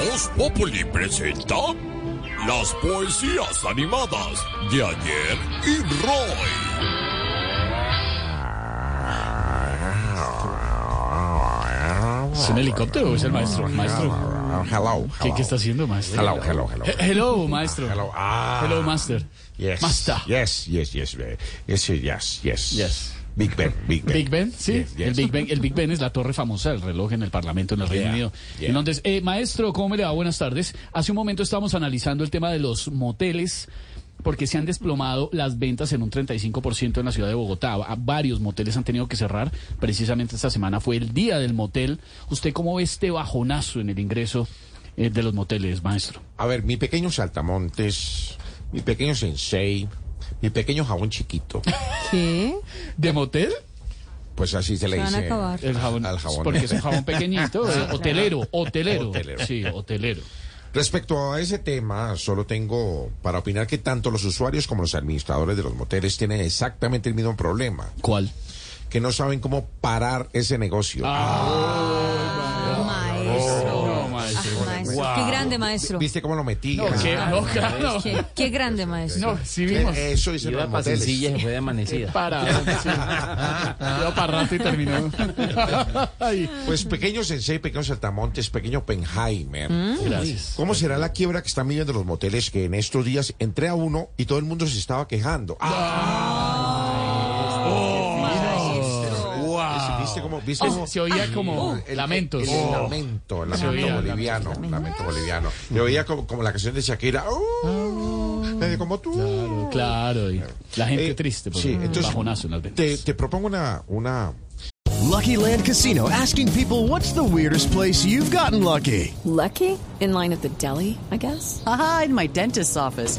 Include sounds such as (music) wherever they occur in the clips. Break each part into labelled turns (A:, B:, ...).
A: Voz Populi presenta las poesías animadas de ayer y Roy.
B: ¿Es un helicóptero o es el maestro? Maestro,
C: Ah, Hello,
B: ¿qué, qué está haciendo, maestro?
C: Hello, hello, hello.
B: Eh, hello, maestro.
C: Hello, ah.
B: Hello, master.
C: Yes.
B: Master.
C: Yes, yes, yes. eh, Yes, yes, yes.
B: Yes.
C: Big Ben, Big Ben.
B: Big Ben, sí.
C: Yes, yes.
B: El, Big ben, el Big Ben es la torre famosa del reloj en el Parlamento en el Reino
C: Yeah,
B: Unido.
C: yeah.
B: En Londres. Eh, maestro, ¿cómo me le va? Buenas tardes. Hace un momento estábamos analizando el tema de los moteles. Porque se han desplomado las ventas en un 35% en la ciudad de Bogotá. A- Varios moteles han tenido que cerrar. Precisamente esta semana fue el día del motel. ¿Usted cómo ve este bajonazo en el ingreso eh, de los moteles, maestro?
C: A ver, mi pequeño saltamontes, mi pequeño sensei, mi pequeño jabón chiquito.
D: ¿Qué?
B: ¿De motel?
C: Pues así se le
D: Se van a
C: dice.
D: acabar.
B: El jabón,
C: Al jabón.
B: Porque es un jabón pequeñito. eh, hotelero, hotelero.
C: Hotelero.
B: Sí, hotelero.
C: Respecto a ese tema, solo tengo para opinar que tanto los usuarios como los administradores de los moteles tienen exactamente el mismo problema,
B: ¿Cuál?
C: que no saben cómo parar ese negocio.
B: Ah.
D: Maestro.
B: No, maestro.
D: Ah, maestro. Qué grande, maestro.
C: ¿Viste cómo lo metí?
B: No,
C: Ah,
B: qué- no, claro.
D: Qué, qué grande, maestro.
B: No, sí vimos.
C: Eh, Eso dicen
E: Iba
C: los
E: para
C: moteles.
E: sencilla, se fue de (laughs) amanecida.
B: Para. sí. Iba para rato y terminó. Ay,
C: Pues pequeño Sensei, pequeño Saltamontes, pequeño Penheimer.
B: Mm. gracias.
C: ¿Cómo será la quiebra que están viviendo los moteles que en estos días entré a uno y todo el mundo se estaba quejando? ¡Ah! ¿Viste cómo? ¿Viste cómo?
B: ¡Oh! Se, se oía como
C: Oh. Ah, El-
B: lamentos. Oh.
C: el- el lamento, el
B: Se
C: lamento
B: oía.
C: boliviano, lamento boliviano. Yo oía como, como la canción de Shakira, ¡Uh! Nadie como tú.
B: Ah. Claro, claro. y la gente
C: Eh,
B: triste por
C: sí,
B: el
C: entonces,
B: bajonazo en las ventas.
C: Te, te propongo una, una
F: Lucky Land Casino asking people what's the weirdest place you've gotten lucky?
G: Lucky? In line at the deli, I guess?
H: Aha, in my dentist's office.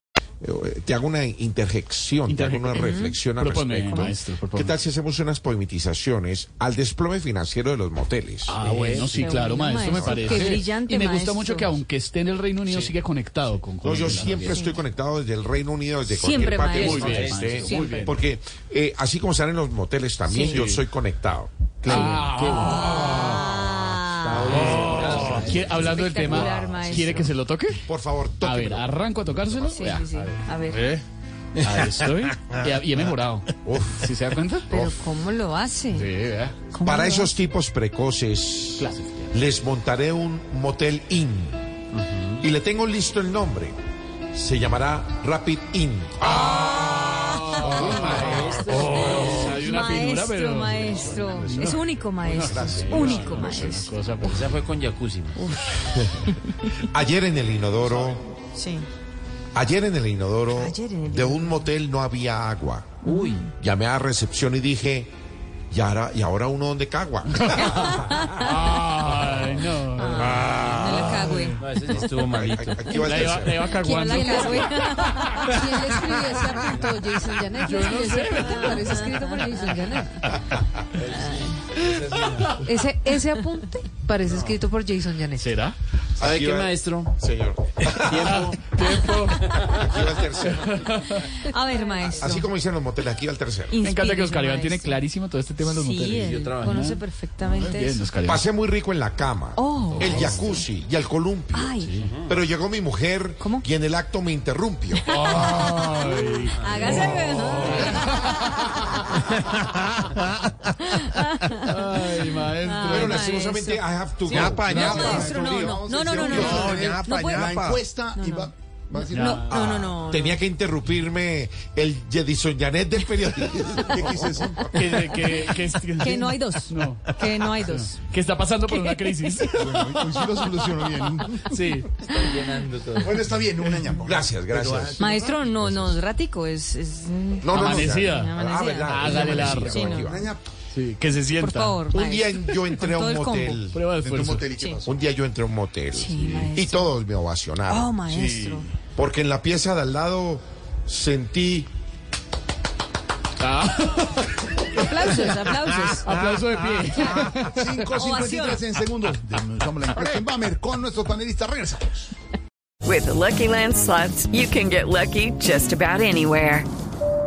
C: eh, te hago una interjección, te hago
B: Interjec-
C: una reflexión al
B: Propone,
C: respecto.
B: maestro, propone.
C: ¿Qué tal si hacemos unas poemitizaciones al desplome financiero de los moteles?
B: Ah, bueno, sí,
D: Qué
B: claro,
D: bueno,
B: maestro, me
D: maestro. Qué
B: parece.
D: brillante,
B: y me gusta
D: maestro.
B: mucho que aunque esté en el Reino Unido, siga conectado con
C: No,
B: Colombia.
C: yo siempre estoy conectado desde el Reino Unido, desde
D: Siempre,
C: cualquier parte.
D: maestro.
C: donde
B: Muy bien,
C: esté,
B: maestro, muy bien.
C: Porque eh, así como salen los moteles también,
B: Sí.
C: yo soy conectado.
D: Ah,
B: Ah, ¿quiere- hablando del tema,
D: Espectacular, maestro.
B: ¿quiere que se lo toque?
C: Por favor,
B: A ver,
C: tóquemelo.
B: arranco a tocárselo.
D: Sí,
B: Vea.
D: sí, sí. A ver,
B: ¿Eh? Ahí estoy. Y, y he mejorado.
C: Uf.
B: ¿Sí se da cuenta?
D: pero ¿cómo lo hace?
B: vea.
D: ¿Cómo
C: Para
D: lo
C: esos tipos precoces,
B: Clases.
C: les montaré un motel inn. Y le tengo listo el nombre. Se llamará Rapid Inn.
B: Hay
D: hace?
B: una finura,
D: Maestro,
B: pero.
D: maestro. Es único, maestro. Es único, maestro.
B: Cosa, pero-
E: Esa fue con jacuzzi. man.
C: Ayer en el inodoro,
D: Sí.
C: ayer en el inodoro
D: Ayer en el
C: de un motel no había agua.
E: Uy,
C: Llamé a recepción y dije, ¿y ahora, y ahora uno dónde cagua?
B: Ay, no.
D: Ah.
B: Ah.
D: No la cagüe.
E: no, ese sí (laughs) estuvo malito.
C: Aquí va el
B: Le va,
C: tercero.
B: le va (laughs)
D: ¿Quién
B: caguando.
D: la eh? cagüe? ¿Quién le escribió ese apunto? Jason Janet. ¿Quién escribió ese apunto? Parece escrito por Jason
B: (laughs)
D: Janet. Ese, ese apunte parece escrito por Jason Janet.
B: ¿Será?
E: ¿Sabe
C: Aquí
E: qué,
C: va-
E: maestro?
C: Señor,
E: Tiempo.
B: Tiempo.
C: aquí va el tercero.
D: A ver, maestro.
C: Así como dicen los moteles, aquí va el tercero.
B: Me encanta que
D: Inspírese,
B: Oscar Iván tiene
D: maestro.
B: clarísimo todo este tema de los
D: Sí,
B: moteles.
D: él
E: Yo trabajé.
D: conoce
B: Muy
D: perfectamente
B: bien,
D: eso.
B: Oscar Iván.
C: Pasé muy rico en la cama,
D: Oh.
C: el jacuzzi y el columpio.
D: Ay,
C: Pero llegó mi mujer
D: ¿Cómo?
C: y en el acto me interrumpió.
D: hágase.
B: Ay, maestro.
C: Pero lastimosamente I have to go.
D: No, maestro, no, no. No, no, no, no.
C: Yo
D: No,
C: sostenía
D: no puede-
C: La encuesta iba ¿Va a decir- ah,
D: No, no, no, no, no.
C: Tenía que interrumpirme el Jedison Janet del
D: (laughs)
C: periodismo. ¿Qué quise decir?
B: Que, que- que-
D: Que no hay dos.
B: No.
D: Que no hay dos.
B: Que está pasando por
D: (laughs)
B: una crisis.
F: Hoy sí lo solucionó bien.
B: Sí.
E: Estoy llenando todo.
F: Bueno, está bien, una
D: (laughs)
F: ñapa.
C: Gracias, gracias.
D: Maestro, no, no es ratico, es. es
C: No, no, no. Amanecida.
D: Amanecida.
C: Ah, verdad, es
B: Hágale la
C: amanecida,
D: Sí, no.
C: correctiva.
B: Sí, que se sienta.
D: Por favor.
C: Un día
D: maestro.
C: yo entré a
D: Con
C: un
D: todo el
C: motel.
D: combo.
C: Entré a un motel, ¿y qué
D: Sí.
C: pasó? Un día yo entré a un motel. y
D: maestro.
C: todos me ovacionaron.
D: Oh, maestro.
C: Porque en la pieza de al lado sentí.
D: Aplausos, aplausos.
B: Aplauso de pie.
F: 5.53 en segundos. Estamos en la encuesta en Bamer con nuestros panelistas. Regresamos.
G: With the Lucky Land slots, you can get lucky just about anywhere.